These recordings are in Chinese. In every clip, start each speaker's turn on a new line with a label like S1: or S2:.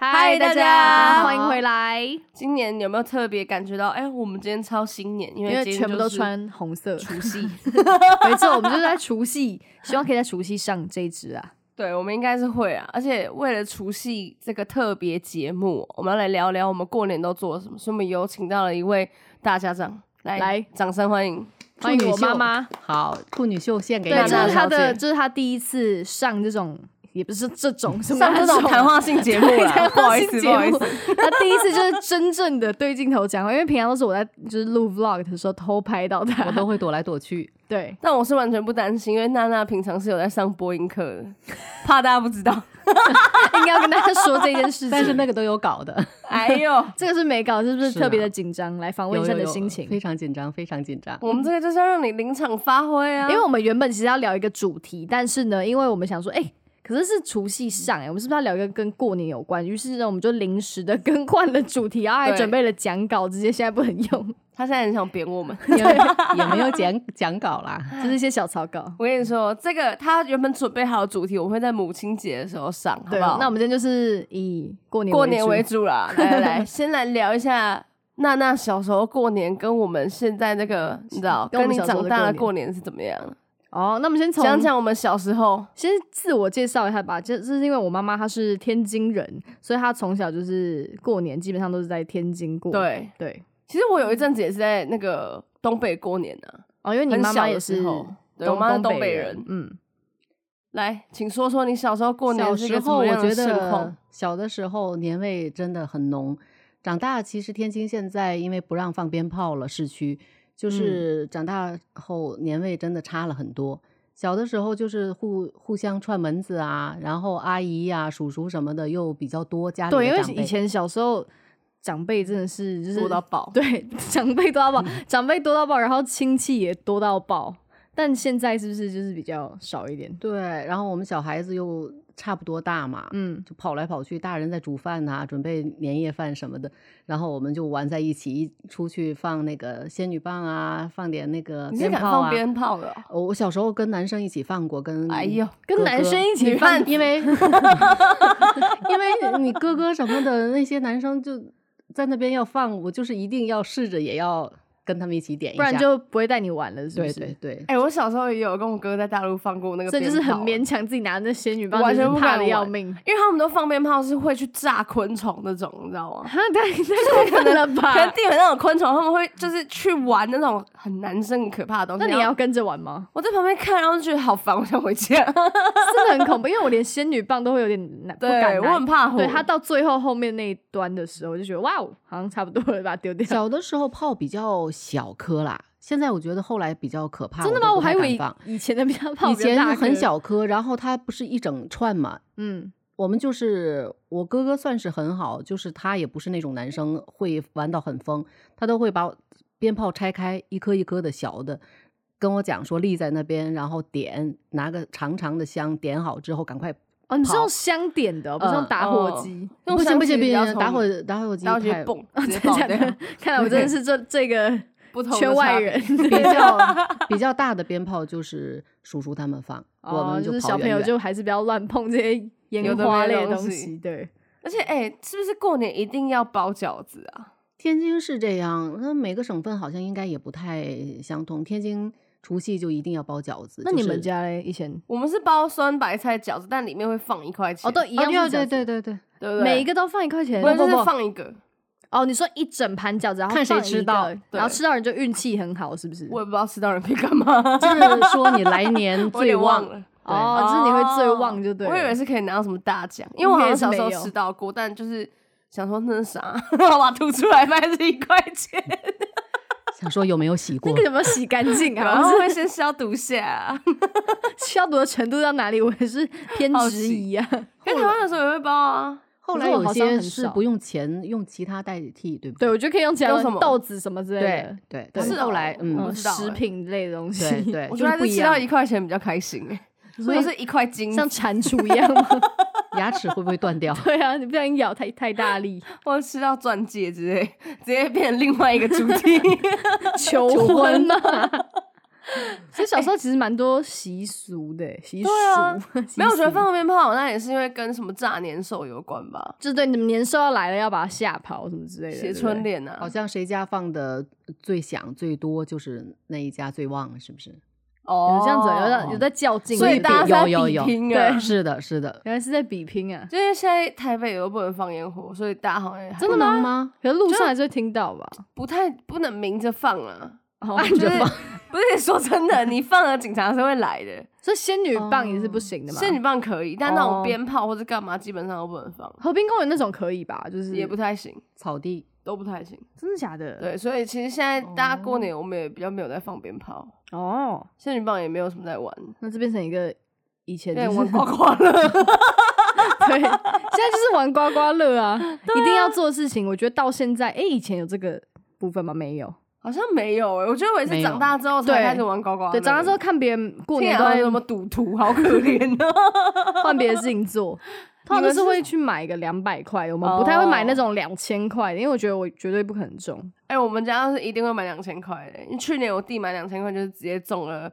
S1: 嗨，
S2: 大
S1: 大
S2: 家
S1: 家
S2: 欢迎回来，
S1: 今年有没有特别感觉到？哎、我们今天超新年，因
S2: 因
S1: 为
S2: 为
S1: 今天
S2: 全部都
S1: 就是
S2: 穿红色，
S1: 除 夕。
S2: 没错，我们就是在除夕，希望可以在除夕上这一支啊。
S1: 对，我们应该是会啊。而且为了除夕这个特别节目，我们要来聊聊我们过年都做了什么。所以我们有请到了一位大家长，来
S2: 来
S1: 掌声欢 迎。
S2: 欢迎我妈妈，
S3: 好，处女秀献给
S2: 对，
S1: 娜
S3: 娜
S2: 这
S1: 娜
S2: 是
S3: 娜。
S2: 她
S1: 小
S2: 的，
S1: 姐
S2: 这是她第一次上这种，也不是这种什么
S1: 上这种谈 话性节目
S2: 啊
S1: 啦，不好意思，不好意思，
S2: 他第一次就是真正的对镜头讲话，因为平常都是我在就是录 vlog 的时候偷拍到他，
S3: 我都会躲来 躲去。
S2: 对，
S1: 但我是完全不担心，因为娜娜平常是有在上播音课 的，怕大家不知道。
S2: 应该要跟大家说这件事情。
S3: 但是那个都有搞的，
S1: 哎呦，
S2: 这个是没搞，是不是
S3: 是
S2: 特别
S3: 啊
S2: 的紧张？来访问
S3: 有
S2: 一
S3: 有
S2: 下你的
S3: 有
S2: 心情。
S3: 非常紧张，非常紧 张。
S1: 我们这个就是要让你临场发挥啊，
S2: 因为我们原本其实要聊一个主题，但是呢，因为我们想说，哎、可是是除夕上、哎，我们是不是要聊一个跟过年有关？于是呢，我们就临时的 更换了主题，然后还
S1: 对
S2: 准备了讲稿，直接现在不能 用，
S1: 他现在很想扁我们。
S3: 也没有也没有讲讲稿啦，
S2: 就是一些小草稿。
S1: 我跟你说，这个他原本准备好的主题，我会在母亲节的时候上，好
S2: 对，
S1: 不好？
S2: 那我们今天就是以过年
S1: 哦过年为
S2: 主
S1: 主啦，来来来，先来聊一下娜娜小时候过年跟我们现在这个，你知道，
S2: 跟我
S1: 跟
S2: 们
S1: 你
S2: 小时候
S1: 长
S2: 的
S1: 大
S2: 过
S1: 的
S2: 年
S1: 过年是怎么样？
S2: 哦。那我们先从
S1: 讲讲我们小时候，
S2: 先自我介绍一下吧，这这是因为我妈妈她是天津人，所以她从小就是过年基本上都是在天津过。
S1: 对，
S2: 对，
S1: 其实我有一阵子也是在那个东北过年呢、啊，
S2: 哦，因为你
S1: 很
S2: 妈
S1: 小
S2: 妈
S1: 的
S2: 也是
S1: 时候
S2: 东，
S1: 对我妈是
S2: 东
S1: 东北
S2: 人
S1: 人，。
S2: 嗯，
S1: 来，请说说你小时候过
S3: 小
S1: 年是一
S3: 时
S1: 个什
S3: 候
S1: 么
S3: 我
S1: 样的
S3: 觉
S1: 盛
S3: 得
S1: 况？
S3: 小的时候年味真的很浓。长大其实天津现在因为不让放鞭炮了，市区
S2: 嗯
S3: 就是长大后年味真的差了很多。小的时候就是互互相串门子啊，然后阿姨呀、叔叔什么的又比较多，家里
S2: 对，因
S3: 的
S2: 为
S3: 长辈
S2: 以前小时候长辈真的是就是
S1: 多到爆 嗯
S2: 对，长辈多到爆，长辈多到爆，然后亲戚也多到爆。但现在是不是就是比较少一点？
S3: 对，然后我们小孩子又差不多大嘛，
S2: 嗯，
S3: 就跑来跑去，大人在煮饭呐、准备年夜饭什么的，然后我们就玩在一起，一出去放那个仙女棒啊，放点那个
S1: 你是
S3: 鞭
S1: 敢
S3: 炮
S1: 放
S3: 啊。
S1: 鞭炮的哦？
S3: 哦我小时候跟男生一起放过，跟
S1: 哎呦，
S2: 跟
S3: 哥
S2: 男
S3: 哥
S2: 生一起
S1: 你
S2: 放
S1: 看，
S3: 因为因为你哥哥什么的那些男生就在那边要放，我就是一定要试着也要跟他们一起点一
S2: 不
S3: 下，
S2: 然就不会带你玩了，是不
S3: 对
S2: 是？
S3: 对对，
S1: 哎、我小时候也有跟我哥在大陆放过那个
S2: 所
S1: 鞭
S2: 以
S1: 炮，
S2: 就是很勉强自己拿那仙女棒，
S1: 完全
S2: 就是
S1: 不
S2: 怕
S1: 敢
S2: 的要
S1: 玩
S2: 命。
S1: 因为他们都放鞭炮是会去炸昆虫那种，你知道 吗？
S2: 啊， 太太过分了
S1: 可能
S2: 吧？
S1: 地板那种昆虫，他们会就是去玩那种很男生很可怕的东西。
S2: 那你
S1: 然
S2: 要
S1: 后
S2: 跟着玩吗？
S1: 我在旁边看，然后就觉得好烦，我想回家。
S2: 真的很恐怖，因为我连仙女棒都会 有点难，不敢
S1: 对我
S2: 拿
S1: 很怕火。
S2: 对它到最后后面那一端的时候，我就觉得哇哦，好像差不多了，把它丢掉。
S3: 小的时候炮比较小颗啦，现在我觉得后来比较可怕。
S2: 真的
S3: 都
S2: 吗？
S3: 不
S2: 我还
S3: 太
S2: 以
S3: 敢
S2: 为
S3: 放
S2: 以前的比较胖，
S3: 以
S2: 比较
S3: 前
S2: 大
S3: 很
S2: 颗，
S3: 小颗，然后它不是一整串嘛。
S2: 嗯，
S3: 我们就是我哥哥算是很好，就是他也不是那种男生会玩到很疯，他都会把鞭炮拆开一颗一颗的小的，跟我讲说立在那边，然后点拿个长长的香点好之后赶快
S2: 哦，你是
S3: 跑
S2: 用香点的哦，不是用
S3: 嗯
S2: 打火机。
S1: 用
S3: 不行
S1: 香
S3: 不行
S1: 气
S3: 不
S1: 比较
S3: 行，
S1: 聪
S3: 打
S1: 明
S3: 火打火机
S1: 然后直接
S3: 太
S1: 蹦，直接
S2: 真
S1: 爆
S2: 假
S1: 掉。
S2: 的，看来我真的是这这个
S1: 不同的
S2: 圈
S1: 差
S2: 外
S1: 别
S2: 人，
S3: 比 较比较大的鞭炮就是叔叔他们放，我
S2: 哦
S3: 们
S2: 就是
S3: 跑
S2: 小朋
S3: 远
S2: 友
S3: 远
S2: 就还是不要乱碰这些烟
S1: 有的
S2: 花
S1: 没
S2: 类
S1: 东
S2: 东
S1: 西
S2: 西。对，
S1: 而且，哎、是不是过年一定要包饺子啊？
S3: 天津是这样，那每个省份好像应该也不太相同。天津除夕就一定要包饺子，
S2: 那
S3: 就
S2: 你们
S3: 是
S2: 家嘞？以前
S1: 我们是包酸白菜饺子，但里面会放一块钱。
S2: 哦，都一
S3: 哦
S2: 样是饺子，
S3: 对对对对对，
S1: 对不对？
S2: 每一个都放一块钱，
S1: 不然就是
S2: 不
S1: 放一个，
S2: 哦，你说一整盘饺子，然后
S3: 看谁
S2: 放一
S3: 吃
S2: 个
S3: 到
S2: 然
S1: 对
S2: 后吃到人就运气很好，是不是？
S1: 我也不知道吃到人皮干嘛，
S3: 就是说你来 年
S1: 我有
S3: 最
S1: 点忘
S3: 旺，
S1: 了。
S3: 对
S2: 哦，就是你会最旺就对了。
S1: 我以为是可以拿到什么大奖，因为我
S2: 应
S1: 好
S2: 该
S1: 像小
S2: 是
S1: 时候
S2: 没有
S1: 吃到过，但就是想说那是啥， 我把它吐出来，发现是一块钱，
S3: 想说有没有洗过
S2: 那个？有没有洗干净 啊？
S1: 然
S2: 我
S1: 后
S2: 是
S1: 会先消毒下、 啊。
S2: 消毒的程度到哪里，我也是偏
S1: 好
S2: 质
S1: 奇
S2: 疑啊。
S1: 因为台湾有时候也会包啊，
S3: 后
S2: 可
S3: 来
S2: 是我
S3: 有
S2: 好像
S3: 些
S2: 很
S3: 是
S2: 少
S3: 不用钱，用其他代替，对不
S2: 对，
S3: 对？
S2: 我觉得可以用其他
S1: 用
S2: 东西
S1: 什么
S2: 豆子什么之类的
S3: 对，对，
S2: 对
S3: 他们
S1: 是
S3: 后来
S1: 哦我
S3: 嗯
S1: 不，知道
S2: 食
S1: 欸
S2: 品类的东西，
S3: 对对，
S1: 我
S3: 就
S1: 觉得还
S3: 是不
S1: 是
S3: 一
S1: 吃到
S3: 样
S1: 一。块钱比较开心哎、如
S2: 所
S1: 果
S2: 以
S1: 是一块金子，
S2: 像蟾蜍一 样吗？？
S3: 牙齿会不会断掉
S2: 对啊，你不小心咬太太大 力，
S1: 或者吃到钻 戒之类，直接变成另外一个主题。啊
S2: 求婚吗？所以小时啊 候其实蛮多习俗的、欸习俗、
S1: 对啊
S2: 习
S1: 没有，我觉得
S2: 俗
S1: 放鞭炮那也是因为跟什么炸年兽有关吧，
S2: 就是对你们年兽要来了，要把它吓跑什么之类的，
S1: 写
S2: 对不
S1: 春
S2: 对哦
S1: 联啊
S3: 好。像谁家放的最响最多，就是那一家最旺，是不是？
S1: 哦
S2: 有这样子，啊有在有在较劲，
S1: 所以
S2: 有
S1: 大家
S2: 在
S1: 是在
S3: 有有
S1: 比
S3: 有
S1: 拼
S2: 对
S1: 啊，
S3: 是的，是的。
S2: 原来是在比拼啊！
S1: 就因为现在台北又不能放烟火，所以大家好像也还
S2: 真的
S3: 不
S2: 吗
S3: 能吗？
S2: 可是路上还是会听到吧？
S1: 不太不能明着放啊。
S2: 哦
S1: 啊，就是，不是说真 的，你放了警察是会来的。
S2: 所以仙女棒也是不行的嘛？
S1: 仙女棒可以，但那种
S2: 哦
S1: 鞭炮或者干嘛基本上都不能放，
S2: 河滨公园那种可以吧？哦就是哦
S1: 也不太行，
S3: 草地
S1: 都不太行。
S2: 真的假的？
S1: 对，所以其实现在大家过年我们也比较没有在放鞭炮，
S2: 哦，
S1: 仙女棒也没有什么在玩，
S2: 那这变成一个以前
S1: 对，
S2: 就是
S1: 玩刮刮乐。
S2: 对，现在就是玩刮刮乐 啊，一定要做的事情。我觉得到现在，哎、以前有这个部分吗？没有。
S1: 好像没有欸诶、我觉得我也
S3: 没
S1: 是
S3: 有
S1: 长大之后才
S2: 对
S1: 开始玩刮刮乐。
S2: 对，长大之后看别人过
S1: 天
S2: 年
S1: 啊
S2: 都在
S1: 什么赌徒，好可怜 哦。
S2: 换别的事 情做。通常都是会去买个两百块，我们不太会买那种两千块的，因为我觉得我绝对不可能中。
S1: 哎、我们家是一定会买两千块的，因为去年我弟买两千块就是直接中了，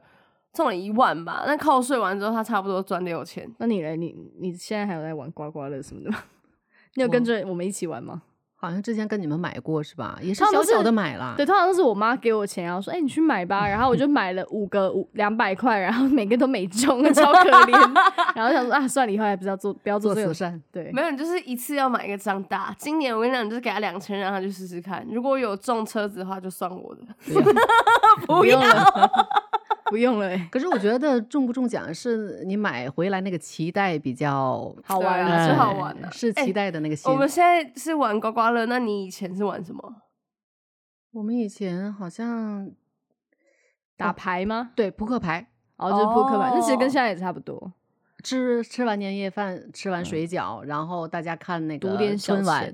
S1: 中了一万吧。那扣税完之后，他差不多赚六千。
S2: 那你嘞？你你现在还有在玩刮刮乐什么的吗？ 你有跟着我们一起玩吗？
S3: 好像之前跟你们买过是吧？也是
S2: 他们
S3: 小
S2: 是
S3: 小的买啦。
S2: 对，通常都是我妈给我钱，然后说：“哎、你去买吧。”然后 我就买了五个五两百块，然后每个都没中，超可 怜。然后想说啊，算了，以后还不要做，不要做
S3: 做
S2: 这
S3: 慈
S2: 种。
S3: 善，
S2: 对，
S1: 没有，你就是一次要买一个张大。今年我跟你讲，你就是给他两千，让他去试试看。如果有中车子的话，就算我的。
S3: 对
S1: 不
S2: 用
S1: 要，
S2: 了，不用了、哎
S3: 可是我觉得中不中奖是你买回来那个期待比较
S2: 好玩
S1: 对啊
S2: 啊，
S1: 是
S2: 是
S1: 好
S2: 好
S1: 玩啊
S3: 哎是期待的那个心。
S1: 我们现在是玩刮刮乐，那你以前是玩什么？
S3: 我们以前好像
S2: 打牌吗？
S3: 对扑克牌，
S2: 哦，就是扑克牌，那其实跟
S1: 哦
S2: 现在也差不多。
S3: 吃吃完年夜饭，吃完水饺，然后大家看那
S2: 读
S3: 个
S2: 点小
S3: 啊春晚，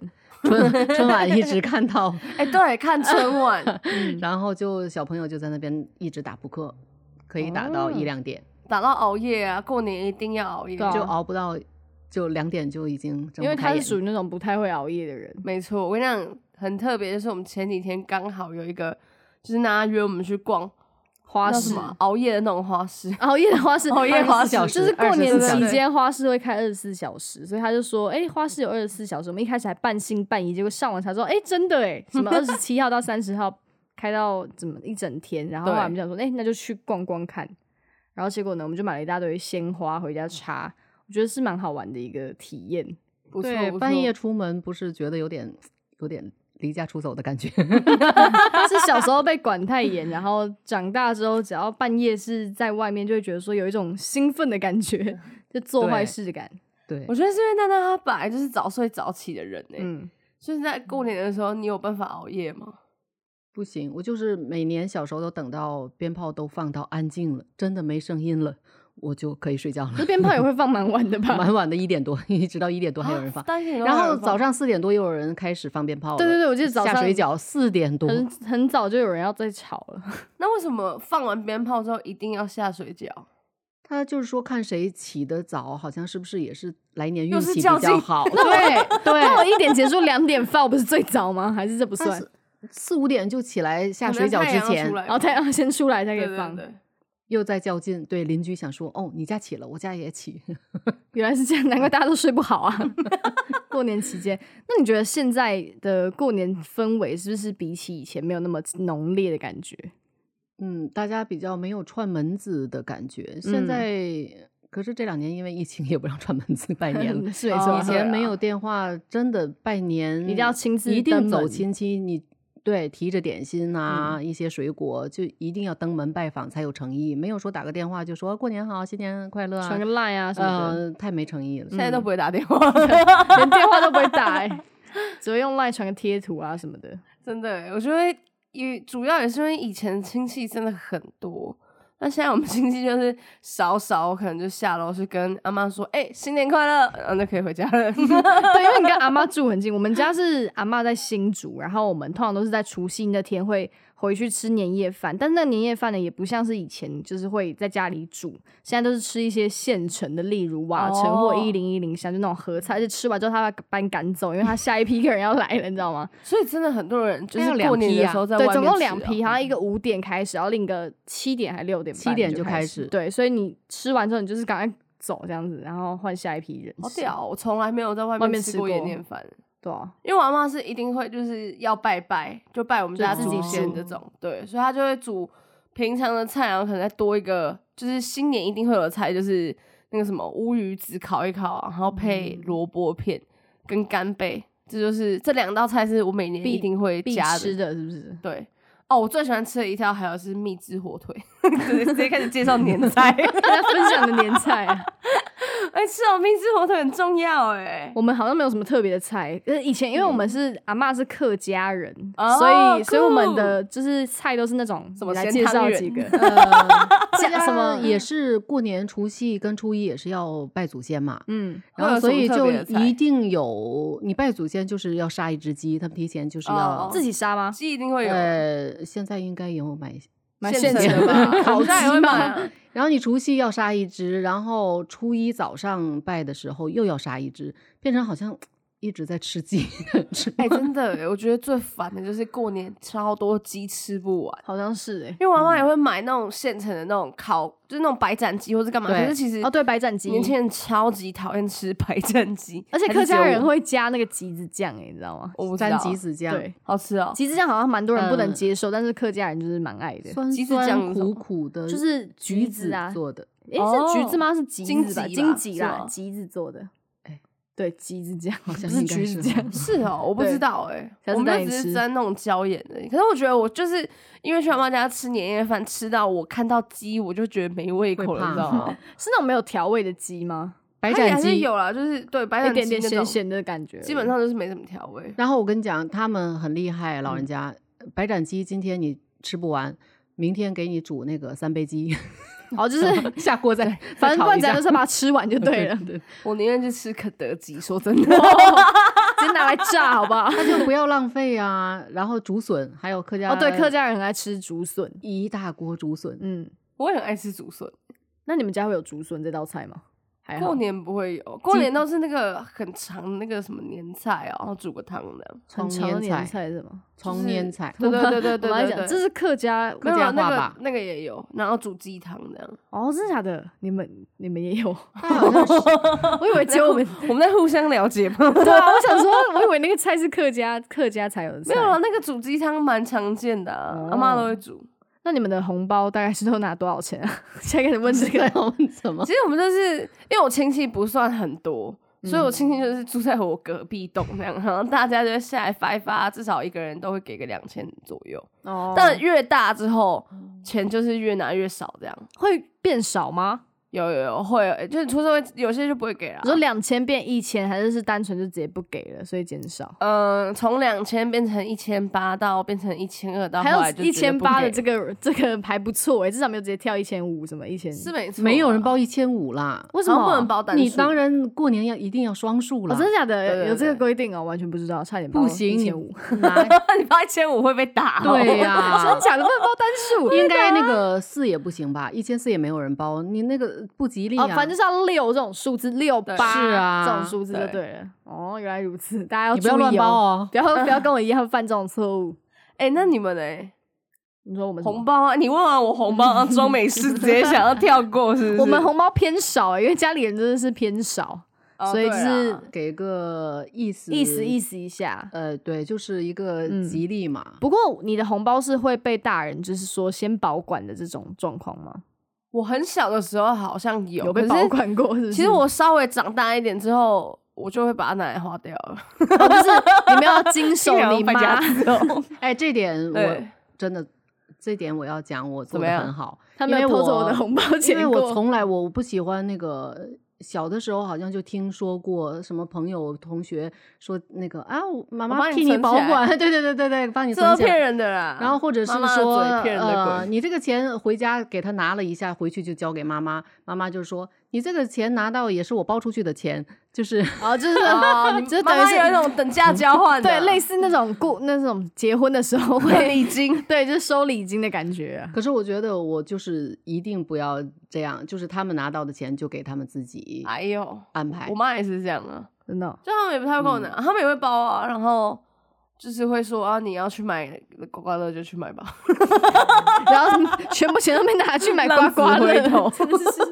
S2: 钱
S3: 春春晚 一直看到，
S1: 哎、对，看春晚
S2: 嗯
S3: 然后就小朋友就在那边一直打扑克，可以打到
S2: 哦
S3: 一两点，
S1: 打到熬夜啊，过年一定要熬夜。
S2: 对啊
S3: 就熬不到就两点就已经睁
S2: 因为
S3: 不
S2: 他
S3: 开
S2: 是
S3: 眼
S2: 属于那种不太会熬夜的人。
S1: 没错，我跟你讲，很特别，就是我们前几天刚好有一个，就是大家约我们去逛
S3: 啊
S2: 花
S1: 叫
S2: 市
S1: 什，么熬夜的那种花市。
S2: 熬哦夜的花市，
S1: 熬夜花市
S2: 24就是过
S3: 24
S2: 年
S1: 小时
S2: 期间花市会开二十四小时，所以他就说，哎、花市有二十四小时。我们一开始还半信半疑，结果上网查说，哎、真的哎、什么二十七号到三十号开到怎么一整天，然后
S1: 对
S2: 后来我们想说，哎、那就去逛逛看。然后结果呢，我们就买了一大堆鲜花回家插，我觉得是蛮好玩的一个体验。
S1: 不错，
S3: 对
S1: 不，错
S3: 半夜出门不是觉得有点有点离家出走的感觉，
S2: 是小时候被管太严，然后长大之后，只要半夜是在外面，就会觉得说有一种兴奋的感觉，就做坏事的感。
S3: 对
S1: 我，觉得是因为娜娜她本来就是早睡早起的人呢、
S2: 嗯，
S1: 就是在过年的时候，你有办法熬夜吗？
S3: 不行，我就是每年小时候都等到鞭炮都放到安静了，真的没声音了，我就可以睡觉
S2: 这
S3: 了。
S2: 鞭炮也会放蛮晚的吧？
S3: 蛮 晚的一点多，一直到一点多还有人放
S1: 啊，当天有人
S3: 然后
S1: 放
S3: 早上四点多又有人开始放鞭炮了。
S2: 对对对，我记得早上
S3: 下水饺四点多，
S2: 很很早就有人要在吵 了。
S1: 那为什么放完鞭炮之后一定要下水饺？
S3: 他就是说看谁起得早，好像是不是也是来年
S1: 又
S3: 运
S1: 是
S3: 气比
S1: 较
S3: 较
S1: 劲
S3: 好？
S2: 对对，那我一点结束，两点放，不是最早吗？还是这不
S3: 他
S2: 算
S3: 是？四五点就起来下
S1: 可
S3: 水
S1: 能
S3: 饺
S1: 太
S3: 之
S1: 阳要
S3: 前
S1: 出，来
S2: 然后太阳哦啊先出来才可
S1: 对
S2: 以
S1: 对
S2: 放，
S1: 对，
S3: 又在较劲。对邻居想说，哦，你家起了，我家也起。
S2: 原来是这样，难怪大家都睡不好 啊。过年期间，那你觉得现在的过年氛围是不是比起以前没有那么浓烈的感觉？
S3: 嗯，大家比较没有串门子的感觉。现
S2: 嗯，
S3: 在、可是这两年因为疫情也不让串门子拜年了
S2: 嗯是 没
S1: 哦
S2: 错，
S3: 以前没有电话，真的拜年
S2: 一定要亲自
S3: 一定
S2: 登
S3: 走
S2: 门嗯
S3: 亲戚，你对提着点心啊，一些水果，就一定要登门拜访才有诚意，没有说打个电话就说过年好，新年快乐啊
S2: 传个，line 啊什么的，
S3: 呃，太没诚意了。嗯
S1: 现在都不会打电 话，
S2: 连电话都不会打、欸， 只会用 line 传个贴图啊什么的。
S1: 真的欸、我觉得也主要也是因为以前亲戚真的很多，那现在我们亲戚就是少少，我可能就下楼去跟阿妈说：“哎、新年快乐！”然后就可以回家 了。
S2: 对，因为你跟阿妈住很近，我们家是阿妈在新竹，然后我们通常都是在除夕那天会回去吃年夜饭，但那年夜饭呢，也不像是以前就是会在家里煮，现在都是吃一些现成的，例如瓦城
S1: 哦
S2: 或一零一零香，就那种合菜，而且吃完之后他把你赶走，因为他下一批客人要来了，你知道 吗？
S1: 所以真的很多人就
S3: 那
S1: 是
S3: 要两
S1: 过年
S3: 批
S1: 的
S3: 啊
S1: 时候在外
S2: 对，
S1: 面、
S2: 总共两批，好像一个五点开始，然后另一个哦嗯七点还六点半
S3: 7点
S2: 就
S3: 就
S2: 开
S3: 开
S2: 始，
S3: 始
S2: 对，所以你吃完之后你就是赶快走这样子，然后换下一批人，
S1: 好屌哦！我从来没有在外
S2: 外面
S1: 面
S2: 吃
S1: 吃过
S2: 过
S1: 年夜饭，
S2: 对啊，
S1: 因为我阿妈是一定会就是要拜拜，就拜我们家
S2: 就
S1: 祖
S2: 自己
S1: 先
S2: 煮
S1: 这种，对，所以她就会煮平常的菜，然后可能再多一个，就是新年一定会有的菜，就是那个什么乌鱼子烤一烤啊，然后配
S2: 嗯
S1: 萝卜片跟干贝，这就是这两道菜是我每年
S2: 必
S1: 一定会
S2: 必
S1: 加
S2: 吃
S1: 的。
S2: 的是不 是？
S1: 对，哦，我最喜欢吃的一道还有是蜜汁火腿， 直接直接开始介绍年 菜，
S2: 大家分享的年菜、啊。
S1: 哎，吃好蜜汁火腿很重要哎。
S2: 我们好像没有什么特别的菜，呃，以前因为我们是阿嬷是客家人，
S1: 嗯哦
S2: 所以所以我们
S1: cool
S2: 的就是菜都是那种
S1: 什么
S2: 你来
S1: 咸
S2: 介
S1: 汤
S2: 绍
S1: 圆
S2: 几个
S3: 大
S2: 加
S3: 家
S2: 什么
S1: 啊
S3: 也是过年除夕跟初一也是要拜祖先嘛，
S2: 嗯
S3: 然后所以
S1: 会
S3: 就
S1: 有什么特别的菜
S3: 一定有你拜祖先就是要杀一只鸡，他们提前就是
S1: 哦
S3: 要
S2: 自己杀吗？
S1: 鸡一定会有，
S3: 呃，现在应该也有买。
S2: 买
S1: 现
S2: 成
S1: 成的 吧
S2: 烤
S1: 我们
S2: 鸡
S1: 家也会买
S2: 吗？
S1: 啊
S3: 然后你除夕要杀一只，然后初一早上拜的时候又要杀一只，变成好像一直在吃鸡，吃
S1: 哎、真的欸，我觉得最烦的就是过年超多鸡吃不完，
S2: 好像 是哎、
S1: 因为我妈妈也会买那种现成的那种烤，就是那种白斩鸡或是干嘛。
S3: 对
S1: 可是其实
S2: 哦对，白斩鸡，
S1: 年轻人超级讨厌吃白斩鸡，
S2: 而且
S1: 还是
S2: 客
S1: 只
S2: 家
S1: 有
S2: 人
S1: 我
S2: 会加那个橘子酱哎、你知道吗？
S1: 我不知
S3: 沾
S1: 道
S3: 橘子酱，
S2: 对，
S1: 好吃哦、
S2: 橘子酱好像蛮多人不能
S3: 嗯
S2: 接受，但是客家人就是蛮爱的。
S3: 酸
S1: 橘子酱
S3: 酸
S1: 是什么
S3: 苦苦的，
S2: 就是橘
S3: 橘
S2: 子啊
S3: 做的。
S2: 诶，是橘子吗？是橘
S1: 哦荆
S2: 子吧？
S1: 棘
S2: 荆
S1: 吧
S2: 棘
S1: 是
S2: 啦
S1: 吗，
S2: 橘子做的。
S3: 哎
S2: 对，橘子酱 好
S3: 像
S2: 不是
S3: 应该
S2: 橘
S3: 是
S2: 子
S3: 哦
S2: 酱，
S1: 是哦、我不
S2: 对
S1: 知道哎、
S2: 欸下次
S1: 我
S2: 带
S1: 们
S2: 你
S1: 就只
S2: 吃
S1: 是沾那种椒盐而已。可是我觉得我就是因为去我妈家吃年夜饭，吃到我看到鸡我就觉得没胃口
S3: 会
S1: 了，
S3: 怕
S1: 你知道 吗？
S2: 是那种没有调味的鸡吗？
S3: 白
S1: 它也
S3: 斩
S1: 还是
S3: 鸡
S1: 有啦，就是对白
S2: 一
S1: 斩鸡
S2: 点点
S1: 那
S2: 咸
S1: 种，
S2: 咸的感觉而已，
S1: 基本上就是没什么调味。
S3: 然后我跟你讲，他们很厉害，老人
S2: 嗯
S3: 家、白斩鸡今天你吃不完，明天给你煮那个三杯鸡，
S2: 哦，就是
S3: 下锅再
S2: 反正不然咱就是是把它吃完就对了，
S3: 对，
S1: 我宁愿去吃肯德基，说真的。
S2: 直接拿来炸，好 不好？
S3: 那就 不要浪费啊。然后竹笋，还有客家
S2: 哦，对，
S1: 哎
S2: 客家人很爱吃竹笋，
S3: 一大锅竹笋，
S2: 嗯，
S1: 我也很爱吃竹笋，
S2: 那你们家会有竹笋这道菜吗？还好
S1: 过年不会有，过年都是那个很长的那个什么年菜哦，然后煮个汤的。
S2: 很
S3: 葱
S2: 长的
S3: 年
S2: 年
S3: 菜，
S2: 菜是吗？
S3: 葱年菜，
S1: 对对 对对
S2: 我
S1: 对
S2: 来
S1: 对
S2: 讲，
S1: 对，
S2: 这是客家
S1: 没
S3: 客
S1: 有啊
S3: 家
S1: 那
S3: 话
S1: 个
S3: 吧？
S1: 那个也有，然后煮鸡汤这样。
S2: 哦，真的假的？你们你们也有？
S3: 但好像是
S2: 我以为只有 我们。
S1: 我们在互相了解吗？
S2: 对啊，我 想说，我以为那个菜是客家客家才有的菜。
S1: 没有啊，那个煮鸡汤蛮常见的啊
S2: 哦，
S1: 阿妈都会煮。
S2: 那你们的红包大概是都拿多少钱啊？ 现在开始问这
S3: 这个
S2: 个，
S3: 要问怎么
S1: 其？实我们就是因为我亲戚不算很多，所以我亲戚就是住在我隔壁栋那样，然后大家就下来发一发，至少一个人都会给个两千左右。
S2: 哦嗯
S1: 但越大之后，钱就是越拿越少，这样
S2: 会变少吗？
S1: 有有有会，欸就是出社会有些就不会给了
S2: 你。说两千变一千，还是是单纯就直接不给了，所以减少？
S1: 嗯，从两千变成一千八，到变成一千二，到
S2: 还
S1: 后来
S2: 有
S1: 就
S2: 一千八的这
S1: 个
S2: 个这个还不错欸诶、至少没有直接跳一千五什么一千。
S1: 是没错啊，
S3: 没有人包一千五啦，
S2: 为什么
S1: 然后不能包单数？
S3: 你当然过年要一定要双数
S2: 哦，
S3: 了，
S2: 真的假的？
S1: 对对对
S2: 有这个规定哦，完全不知道，差点
S3: 不行，
S2: 一
S3: 你
S2: 千五。
S3: 拿
S1: 你包一千五会被打哦、
S3: 对呀、啊
S2: 真的假的？不能包单 数？
S3: 应该
S2: 啊
S3: 那个四也不行吧？一千四也没有人包，你那个不吉利啊。
S2: 哦，反正就是要六这种数字，六
S1: 对
S2: 八
S3: 是啊
S2: 这种数字就
S1: 对
S2: 对了。哦，原来如此，大家要
S3: 你不要乱
S2: 注意
S3: 包哦。
S2: 不要不要跟我一样犯这种错误。
S1: 哎、那你们呢？
S2: 你说我们什么
S1: 红包啊？你问完我红包，然后装没事，直接想要跳过，是不是？
S2: 我们红包偏少、欸，因为家里人真的是偏少，
S1: 哦，
S2: 所以就是
S1: 对啦
S3: 给个意思，
S2: 意思意
S3: 思，
S2: 思一下。
S3: 呃，对，就是一个
S2: 嗯
S3: 吉利嘛。
S2: 不过你的红包是会被大人就是说先保管的这种状况吗？
S1: 我很小的时候好像有，
S2: 被
S1: 可
S2: 保
S1: 是
S2: 管过是不是？
S1: 其实 我稍微长大一点之后，我就会把它拿来花掉了。
S2: 哦就是你们要经 手你
S1: 搬家
S2: 妈，
S1: 之后，
S3: 哎，这点我
S1: 对
S3: 真的，这点我要讲，我
S1: 怎
S3: 做
S1: 么
S3: 的
S1: 样
S3: 很好，
S2: 他没有
S3: 因为
S2: 偷走
S3: 我
S2: 我的红包
S3: 因
S2: 钱
S3: 为
S2: 过
S3: 我从来我不喜欢那个小的时候好像就听说过什么朋友同学说那个啊，我妈
S1: 我
S3: 妈
S1: 帮你
S3: 替你
S1: 存
S3: 保
S1: 起来
S3: 管， 对对对对对，帮你
S1: 这
S3: 存
S1: 都
S3: 起来
S1: 骗人的啦。
S3: 然后或者是
S1: 妈妈的
S3: 说，
S1: 嘴骗人的鬼
S3: 呃，你这个钱回家给他拿了一下，回去就交给妈妈，妈妈就说你这个钱拿到也是我包出去的钱，就是
S2: 哦，就是
S1: 哦，
S2: 就是
S1: 妈
S2: 等于
S1: 妈
S2: 是
S1: 有那种等价交换的，
S2: 对 类似那种故那种结婚的时候会
S1: 礼金。
S2: 对，就是收礼金的感觉。啊
S3: 可是我觉得我就是一定不要这样，就是他们拿到的钱就给他们自己
S1: 哎呦，
S3: 安排
S1: 我。妈也是这样啊，
S2: 真的哦，
S1: 就他们也不太会跟我拿，他们也会包啊，然后就是会说啊，你要去买刮刮乐就去买吧，
S2: 然后全部钱都被拿去买刮刮乐
S1: 浪子回头
S2: 真是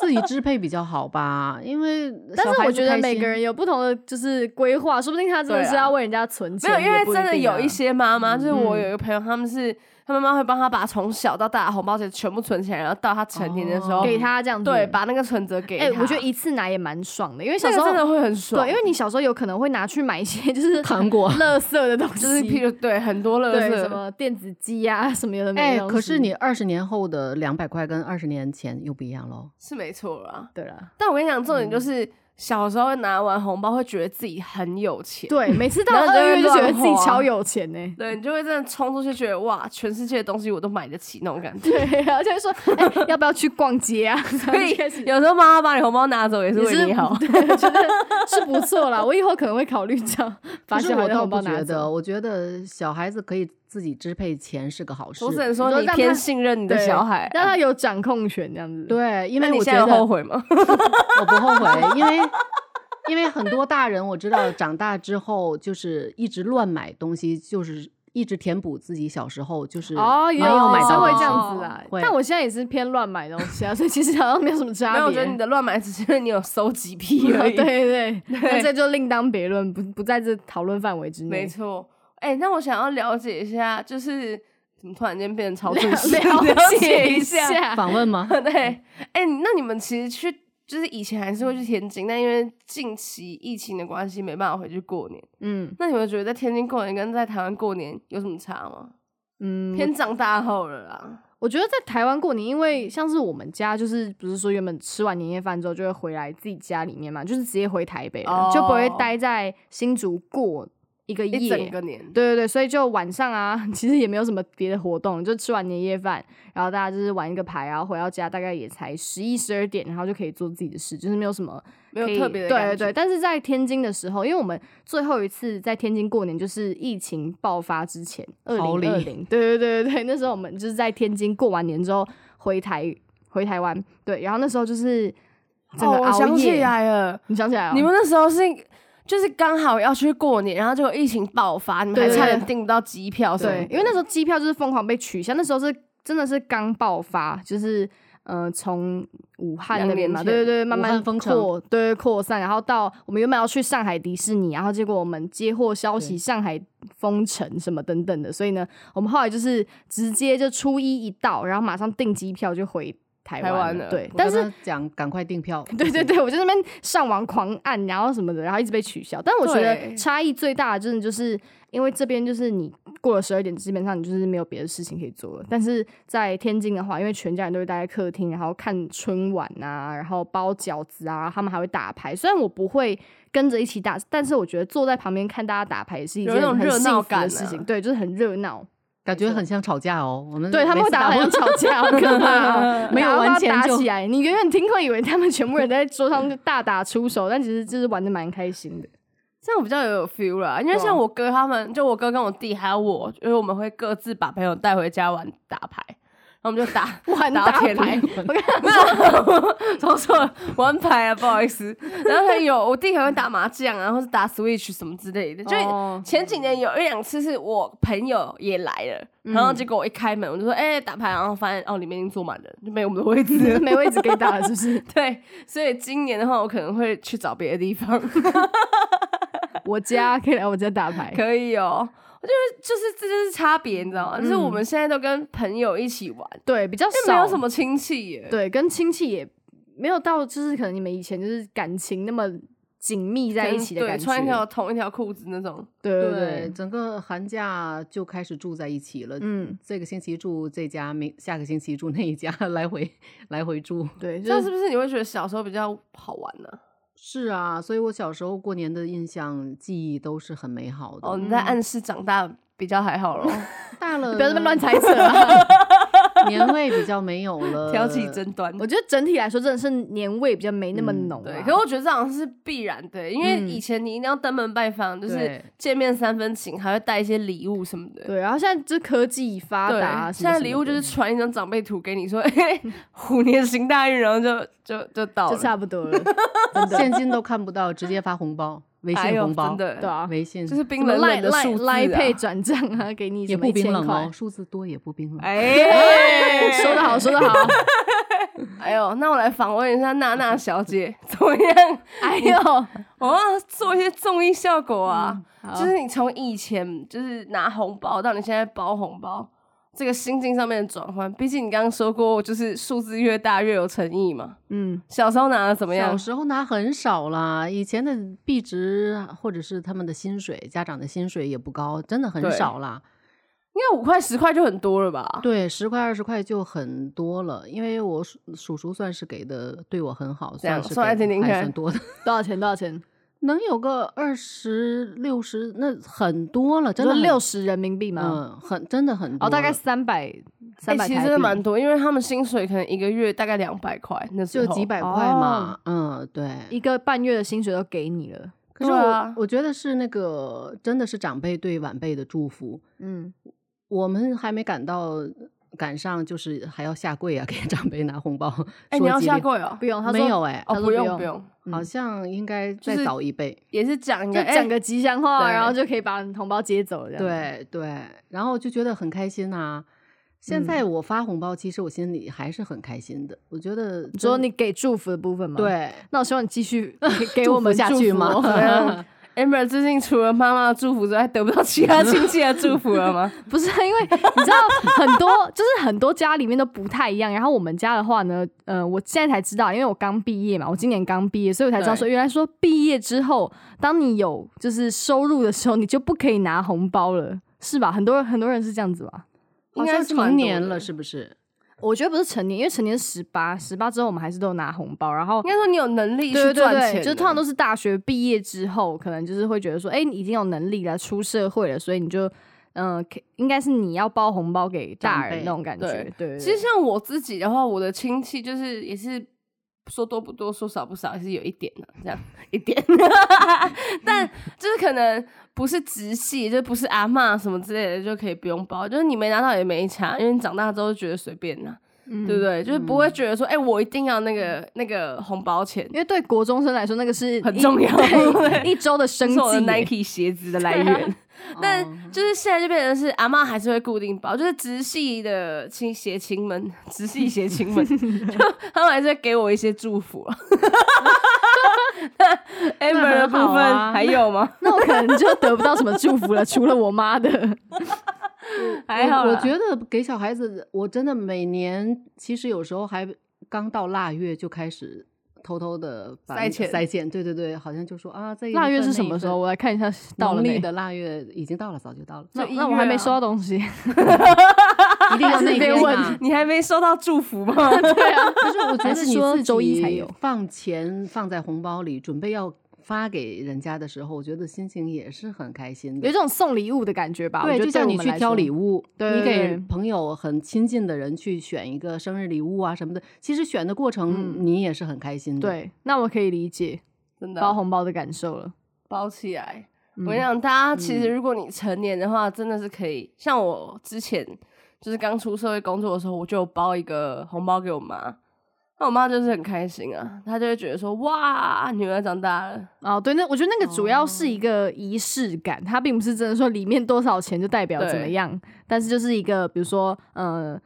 S3: 自己支配比较好吧，因为
S2: 但
S3: 小
S2: 是
S3: 孩
S2: 我
S3: 子
S2: 觉得
S3: 开
S2: 每
S3: 心
S2: 个人有不同的就是规划，说不定他真的
S1: 对啊
S2: 是要为人家存钱
S1: 没有，
S2: 也
S1: 因
S2: 不定啊，
S1: 为真的有一些妈妈，就是我
S2: 嗯
S1: 有一个朋友，他们是他妈妈会帮他把从小到大的红包钱全部存起来，然后到他成年的时候、
S3: 哦
S2: 给他这样子，
S1: 对，把那个存折给他。
S2: 哎、我觉得一次拿也蛮爽的，因为小
S1: 那
S2: 时
S1: 个
S2: 候
S1: 真的会很爽，
S2: 对，因为你小时候有可能会拿去买一些就是
S3: 糖果
S2: 垃圾的东西，
S1: 就是譬如对很多乐
S2: 对
S1: 色
S2: 什么电子机呀、什么有的没
S3: 哎
S2: 的，东西。
S3: 可是你二十年后的两百块跟二十年前又不一样喽。
S1: 是没错啦。
S2: 对了，
S1: 但我跟你讲，重点
S2: 嗯
S1: 就是、小时候拿完红包会觉得自己很有钱，
S2: 对，每次到
S1: 然后你就
S2: 二月
S1: 会
S2: 就觉得
S1: 乱
S2: 自己
S1: 花
S2: 超有钱呢、
S1: 对，你就会真的冲出去，觉得哇，全世界的东西我都买得起那种 感觉。
S2: 对，然后就会说，哎、要不要去逛街啊？
S1: 所 以有时候妈妈把你红包拿走也是
S2: 也，
S1: 为你好
S2: 对，觉得是不错啦。我以后可能会考虑这样，把
S3: 可是
S2: 小孩
S3: 我
S2: 的
S3: 倒
S2: 红包
S3: 不
S2: 拿
S3: 觉得，
S2: 走。
S3: 我觉得小孩子可以自己支配钱是个好事
S1: 我。只能
S2: 你
S1: 说
S2: 说
S1: 你
S2: 让
S1: 偏
S2: 他
S1: 信任你的
S2: 对
S1: 小孩。
S2: 让他有掌控权这样子。，
S3: 对，因
S1: 那
S3: 为
S1: 你
S3: 我
S1: 现在
S3: 觉
S1: 有
S3: 得
S1: 后悔吗？
S3: 我不后悔，因为因为很多大人我知道，长大之后就是一直乱买东西，就是一直填补自己小时候就是
S2: 哦，
S3: 没
S2: 原来
S3: 有买
S2: 女生
S3: 到
S2: 会
S3: 的
S2: 这
S3: 东西
S2: 样子啦。
S3: 会
S2: 但我现在也是偏乱买东西啊，所以其实好像没有什么差
S1: 没
S2: 别。
S1: 有，我觉得你的乱买只是因为你有收集 癖 而
S2: 对
S1: 已。，
S2: 对对，那
S1: 对
S2: 这就另当别论，不不在这讨论范围之内。
S1: 没错。哎、那我想要了解一下，就是怎么突然间变 成超
S2: 了
S1: 重视？
S2: 了解
S1: 解
S2: 一
S1: 下。
S2: 下。
S3: 访问 吗？
S1: 对，
S2: 嗯
S1: 哎、那你们其实去，就是以前还是会去天津，但因为近期疫情的关系，没办法回去过年。
S2: 嗯
S1: 那你们觉得在天津过年跟在台湾过年有什么差吗？
S2: 嗯，
S1: 偏长大后了啦。
S2: 我觉得在台湾过年，因为像是我们家，就是不是说原本吃完年夜饭之后就会回来自己家里面嘛，就是直接回台北了，
S1: 哦
S2: 就不会待在新竹过一个
S1: 一
S2: 夜。
S1: 整个年，
S2: 对对对，所以就晚上啊， 其实也没有什么别的活动，就吃完年夜饭，然后大家就是玩一个牌，然后回到家大概也才十一十二点，然后就可以做自己的事，就是没有什么
S1: 没有
S2: 可以
S1: 特别的
S2: 对对
S1: 感
S2: 对，
S1: 觉。
S2: 但是在天津的时候，因为我们最后一次在天津过年就是疫情爆发之前，二
S3: 逃离
S2: 零二零，对对对对对，那时候我们就是在天津过完年之后回台回台湾，对，然后那时候就是整个
S1: 哦，我
S2: 熬
S1: 想起
S2: 夜，
S1: 来了，
S2: 你想起来、哦？
S1: 你们那时候是就是刚好要去过年，然后结果疫情爆发，你们还
S2: 对对
S1: 差
S2: 对
S1: 点订不到机票什么
S2: 对
S1: 的，
S2: 因为那时候机票就是疯狂被取消，那时候是真的是刚爆发，就是呃从武汉那边嘛，
S1: 两年前
S2: 对对对，慢
S3: 武
S2: 慢
S3: 汉封城
S2: 扩，对对扩散，然后到我们原本要去上海迪士尼，然后结果我们接获消息
S3: 对
S2: 上海封城什么等等的，所以呢，我们后来就是直接就初一一到，然后马上订机票就回台
S1: 台
S2: 湾
S1: 湾
S2: 了，
S1: 了
S2: 对
S3: 我，
S2: 但
S3: 跟
S2: 是
S3: 他讲赶快订票。
S2: 对
S1: 嗯
S2: 对对，我就在那边上网狂按，然后什么的，然后一直被取消。但我觉得
S1: 对
S2: 差异最大的真的就是，因为这边就是你过了十二点，基本上你就是没有别的事情可以做了。但是在天津的话，因为全家人都会待在客厅，然后看春晚啊，然后包饺子啊，他们还会打牌。虽然我不会跟着一起打，但是我觉得坐在旁边看大家打牌也是一
S1: 有
S2: 件
S1: 那种
S2: 很
S1: 热
S2: 幸
S1: 闹
S2: 福
S1: 感
S2: 的事
S1: 啊
S2: 情，对，就是很热闹。
S3: 感觉很像吵架哦，我们
S2: 对他们
S3: 每
S2: 会嗯
S3: 次
S2: 打牌
S3: 完！
S2: 像吵架，好可怕、哦
S3: 没有
S2: 打到
S3: 完
S2: 他
S3: 钱
S2: 打
S3: 就
S2: 起来，你远远听会以为他们全部人在桌上就大打出手，但其实就是玩的蛮开心的。
S1: 这样比较有 feel 啦。
S2: 啊
S1: 因为像我哥他们，就我哥跟我弟还有我，因为我们会各自把朋友带回家玩打牌，然后我们就打
S2: 玩
S1: 打
S2: 打
S1: 到天
S2: 牌
S1: 亮。没有，说错了，玩牌啊，不好意思。然后还有我弟还会打麻将啊，或是打 Switch 什么之类的。就
S2: 哦
S1: 前几年有一两次是我朋友也来了，
S2: 嗯
S1: 然后结果我一开门我就说：“哎、打牌。”然后发现哦，里面已经坐满了，就没我们的位置了。
S2: 没位置给打了，是不是？
S1: 对，所以今年的话，我可能会去找别的地方。
S2: 我家可以来我家打牌，
S1: 可以哦。我觉得就是这就是差别，你知道吗？就是我们现在都跟朋友一起玩，
S2: 对，比较
S1: 嗯因为
S2: 少，
S1: 没有什么亲戚耶。
S2: 对，跟亲戚也没有到，就是可能你们以前就是感情那么紧密在一起的
S1: 对，
S2: 感觉。
S1: 穿一条同一条裤子那种，
S2: 对对
S3: 对
S2: 对，，
S3: 整个寒假就开始住在一起了。
S2: 嗯，
S3: 这个星期住这家，明下个星期住那一家， 来回来回住。
S2: 对，
S1: 这样
S2: 就是是
S1: 不是你会觉得小时候比较好玩呢、
S3: 是啊，所以我小时候过年的印象、记忆都是很美好的。
S1: 哦，你在暗示长大比较还好咯，
S3: 大了
S2: 不要这么乱猜 测啊。
S3: 年味比较没有 了，
S1: 挑起争端。
S2: 我觉得整体来说真的是年味比较没那么浓啊、
S1: 对，可是我觉得这好像是必然的，因为以前你一定要登门拜访，就是
S3: 对
S1: 见面三分情，还会带一些礼物什么的。
S2: 对，然后现在这科技发达啊、
S1: 对，
S2: 什
S1: 现在
S2: 么什么
S1: 礼物
S2: 的
S1: 就是传一张长辈图给你，说，哎，虎年行大运，然后就就就到
S2: 就
S1: 了，
S2: 差不多了，
S3: 现金都看不到，直接发红包，微
S1: 哎
S3: 信
S1: 呦
S3: 红包，
S1: 真的，
S2: 对啊，
S3: 微信
S1: 就是
S2: 什
S1: 冰
S2: 么
S1: 冷冷
S2: 赖
S1: 的
S2: 赖
S1: 数字
S2: 赖
S1: 啊
S2: 配转账啊，给你
S3: 也
S2: 什么
S3: 不
S2: 一
S3: 冰
S2: 千
S3: 冷
S2: 块，
S3: 哦，，数字多也不冰冷。
S1: 哎
S2: 说得好，说得好，
S1: 哎呦，那我来访问一下娜娜小姐，怎么样？
S2: 哎呦，
S1: 我要做一些综艺效果啊，
S3: 嗯
S2: 好
S1: 就是你从以前就是拿红包到你现在包红包，这个心境上面的转换，毕竟你刚刚说过，就是数字越大越有诚意嘛。
S2: 嗯，
S1: 小时候拿的怎么
S3: 小
S1: 样？
S3: 时候拿很少啦，以前的币值啊或者是他们的薪水，家长的薪水也不高，真的很
S1: 对
S3: 少啦。
S1: 应该五块十块就很多了吧？
S3: 对，十块二十块就很多了，因为我叔叔叔算是给的对我很好，
S1: 这样
S3: 算是
S1: 说来
S3: 给
S1: 听听
S3: 还
S1: 看
S3: 算多的，
S2: 多少钱？多少钱？
S3: 能有个二十六十，那很多了，真
S2: 就
S3: 的
S2: 六
S3: 十，
S2: 十人民币吗？
S3: 嗯，很真的很多
S2: 哦，
S3: 了，
S2: 大概三百三
S1: 哎、
S2: 百，
S1: 其实真的蛮多，因为他们薪水可能一个月大概两百块，那时
S3: 就
S1: 候
S3: 几百块
S2: 哦
S3: 嘛，嗯，对，
S2: 一个半月的薪水都给你了，
S3: 可是
S1: 对
S3: 我、
S1: 啊
S3: 我觉得是那个真的是长辈对晚辈的祝福，
S2: 嗯，
S3: 我们还没赶到赶上，就是还要下跪啊， 给长辈拿红包。
S1: 哎、
S3: 说
S1: 你要
S3: 吉
S1: 下
S3: 利
S1: 跪哦、
S2: 不用，他说
S3: 没有哎、
S1: 哦，
S2: 他说
S1: 不
S2: 不
S1: 用
S2: 用
S1: 不用，嗯
S3: 好像应该
S1: 是
S3: 再早一辈。
S1: 也是讲一
S2: 就
S1: 个
S2: 讲
S1: 哎
S2: 个吉祥话，
S1: 对
S2: 然后就可以把红包接走，这样，
S3: 对对，然后就觉得很开心呐、现在
S1: 嗯
S3: 我发红包，其实我心里还是很开心的。我觉得
S2: 你说
S3: 真
S2: 你给祝福的部分吗？，
S3: 对，
S2: 那我希望你继 续给给我们
S3: 祝福下去
S2: 吗？
S3: 吗？
S1: 啊 Amber 最近除了妈妈的祝福之外，得不到其 他亲戚的祝福了 吗？
S2: 不是啊，因为你知道很多就是很多家里面都不太一样。然后我们家的话呢，呃，我现在才知道，因为我刚毕业嘛，我今年刚毕业，所以我才知道说，原来说毕业之后，当你有就是收入的时候，你就不可以拿红包了，是吧？很多人很多人是这样子吧？
S1: 应
S3: 应
S1: 该
S3: 该
S1: 是
S3: 是
S1: 蛮
S3: 明
S1: 多
S3: 年
S1: 的
S3: 了，是不是？
S2: 我觉得不是成年，因为成年十八，十八之后我们还是都有拿红包，然后
S1: 应。该说你有能力
S2: 对
S1: 去
S2: 对
S1: 赚钱
S2: 对，
S1: 的，
S2: 就是通常都是大学毕业之后，可能就是会觉得说，哎、你已经有能力了，出社会了，所以你就，嗯、可应该是你要包红包给大
S3: 长辈
S2: 人那种感觉。
S1: 对
S2: 对对对
S1: 其实像我自己的话，我的亲戚就是也是说多不多，说少不少，还是有一点的、 这样一点。但就是可能不是直系，就不是阿嬷什么之类的，就可以不用包。就是你没拿到也没差，因为你长大之后就觉得随便啦、
S2: 嗯
S1: 对不对？就是不会觉得说，哎、我一定要那个那个红包钱
S2: 因为对国中生来说，那个是
S1: 很
S2: 一
S1: 重要
S2: 对一周的生
S1: 是我的
S2: 计耶。
S1: Nike 鞋子的来源。
S3: 啊
S1: 但就是现在就变成是阿妈还是会固定包，就是直系的亲血亲们， 直系血亲 们，就他们还是会给我一些祝福啊。Amber 的
S3: 那很好
S1: 部分
S3: 啊
S1: 还有 吗？
S2: 那我可能就得不到什么祝福了，除了我妈的。
S1: 还好啦，
S3: 我我觉得给小孩子，我真的每年其实有时候还刚到腊月就开始偷偷的
S1: 塞钱
S3: 塞钱，对对对，好像就说啊，这一
S2: 腊月
S3: 份
S2: 是
S3: 那
S2: 什
S3: 一
S2: 么时
S3: 份
S2: 候？我来看一下到了
S3: 农历
S2: 没。
S3: 的腊月已经到了，早就到 了，
S2: 那
S1: 就一
S2: 那我
S1: 月
S2: 还没
S1: 啊
S2: 收到东西，
S3: 一定要那
S2: 是
S3: 一
S2: 被
S3: 天
S2: 问
S3: 啊
S1: 你还没收到祝福吗？
S2: 对啊，
S3: 可是我觉
S2: 还
S3: 得
S2: 是
S3: 你
S2: 说
S3: 自
S2: 周一才
S3: 己
S2: 有
S3: 放钱放在红包里，准备要发给人家的时候，我觉得心情也是很开心
S2: 有一
S3: 的。
S2: 种送礼物的感觉吧。我
S3: 对，
S2: 觉得
S3: 就像
S2: 我
S3: 你
S2: 们
S3: 去
S2: 来
S3: 挑
S2: 说
S3: 礼物，
S2: 对
S3: 你
S2: 对
S3: 给
S2: 对
S3: 朋友很亲近的人去选一个生日礼物啊什么的，其实选的过程你也是很开心的。
S2: 对，那我可以理解
S1: 真的啊
S2: 包
S1: 包
S2: 红包的感受了。
S1: 包起来。我
S2: 嗯
S1: 跟你讲，大家其实如果你成年的话，真的是可以。像我之前就是刚出社会工作的时候，我就有包一个红包给我妈，那我妈就是很开心啊，她就会觉得说哇，女儿长大了。
S2: 哦，对，那我觉得那个主要是
S1: 哦
S2: 一个仪式感，它并不是真的说里面多少钱就代表怎么
S1: 对
S2: 样，但是就是一个比如说，呃，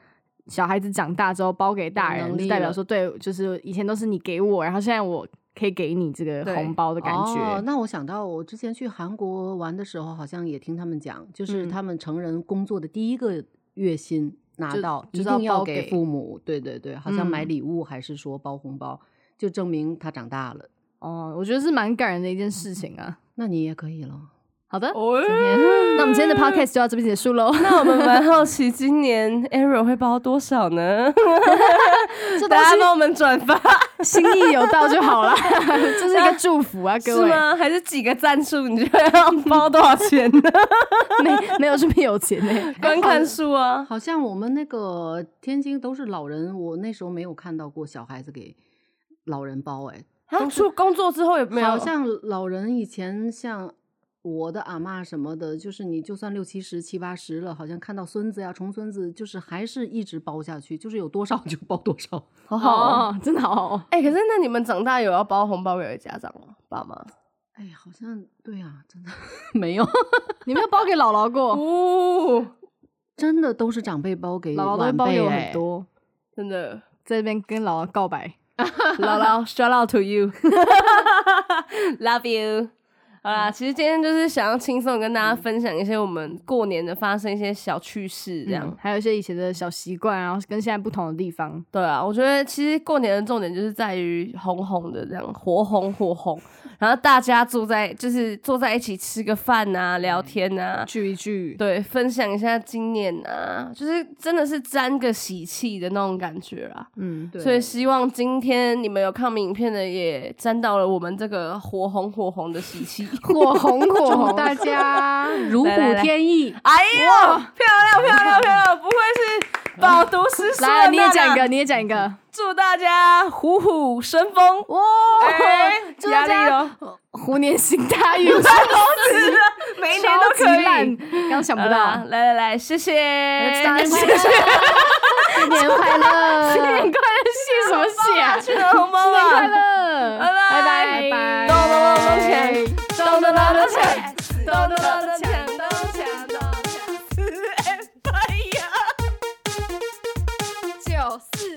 S2: 小孩子长大之后包给大
S3: 有
S2: 人，
S3: 能
S2: 就
S3: 力
S2: 代表
S3: 了
S2: 说，对，就是以前都是你给我，然后现在我可以给你这个
S1: 对
S2: 红包的感
S3: 哦
S2: 觉，，
S3: 那我想到我之前去韩国玩的时候，好像也听他们讲，就是他们成人工作的第一个月薪拿
S2: 就
S3: 到，
S2: 就
S3: 一
S2: 是要
S3: 定
S2: 包
S3: 要给
S2: 给
S3: 父母。对对对，好像买
S2: 嗯
S3: 礼物还是说包红包，就证明他长大了。
S2: 哦，我觉得是蛮感人的一件事情啊。
S3: 那你也可以了。
S2: 好的，
S1: 哦
S2: 那我们今天的 podcast 就到这边结束喽。
S1: 那我们蛮好奇今 年 Ariel 会包多少呢？
S2: 这东
S1: 大家
S2: 西
S1: 帮我们转发
S2: 心意有到就 好了，这是一个祝福啊， 各
S1: 是
S2: 位。
S1: 吗？还是几个赞数你觉得要包多少钱呢？
S2: 没没有这么有钱呢、
S1: 观看数啊，
S3: 好像我们那个天津都是老人，我那时候没有看到过小孩子给老人包哎，
S1: 他出工作之后也没有，
S3: 好像老人以前像我的阿嬷什么的，就是你就算六七十、七八十了，好像看到孙子呀、重孙子，就是还是一直包下去，就是有多少就包多少。
S1: 好好哦。
S2: 哦，真的好好哦。
S1: 哎、可是那你们长大有要包红包给家长吗？爸妈？
S3: 哎，好像对啊，真的 没有，
S2: 你没有包给姥姥过，
S1: 哦，
S3: 真的都是长辈包给
S2: 姥姥都会
S3: 晚
S2: 包
S3: 辈
S2: 给我
S3: 哎
S2: 很多，
S1: 真的，
S2: 在这边跟姥姥告白。
S1: 姥姥，shout out to you，love you。好啦，其实今天就是想要轻松地跟大家分享一些我们过年的发生一些小趣事，这样。
S2: 嗯还有一些以前的小习惯，然后跟现在不同的地方。
S1: 对啊，我觉得其实过年的重点就是在于红红的这样火红火红，然后大家坐在就是坐在一起吃个饭啊，聊天啊，
S2: 聚一聚，
S1: 对，分享一下经验啊，就是真的是沾个喜气的那种感觉啊啦。
S2: 嗯，
S3: 对
S1: 所以希望今天你们有看我们影片的，也沾到了我们这个火红火红的喜气。
S2: 火红火
S3: 祝
S2: 红，
S3: 大家 如虎
S1: 来来来
S3: 添翼。
S1: 哎呦，漂亮漂亮漂亮，不愧是饱读诗书的
S2: 来，你也讲一
S1: 娜
S2: 个，
S1: 娜，
S2: 你也讲一个，
S1: 祝大家虎虎生风。
S2: 哇！
S1: 哎
S2: 祝
S1: 压
S2: 大
S1: 力
S2: 家
S1: 哦，
S2: 虎年行大运，
S1: 是的，每一年都
S2: 超级
S1: 可以。
S2: 烂，刚想不
S1: 好啦
S2: 到，
S1: 来来来，谢谢，
S2: 大家
S1: 谢
S2: 呃新
S1: 谢
S2: 年快乐，新年快乐，谢什么谢啊？
S1: 去拿红包
S2: 快
S1: 吧，
S2: 乐，
S1: 拜拜
S2: 拜拜，
S1: 咚咚咚咚锵，咚咚咚咚锵，咚咚咚咚锵，咚锵咚锵，四 M 八呀，
S2: 九四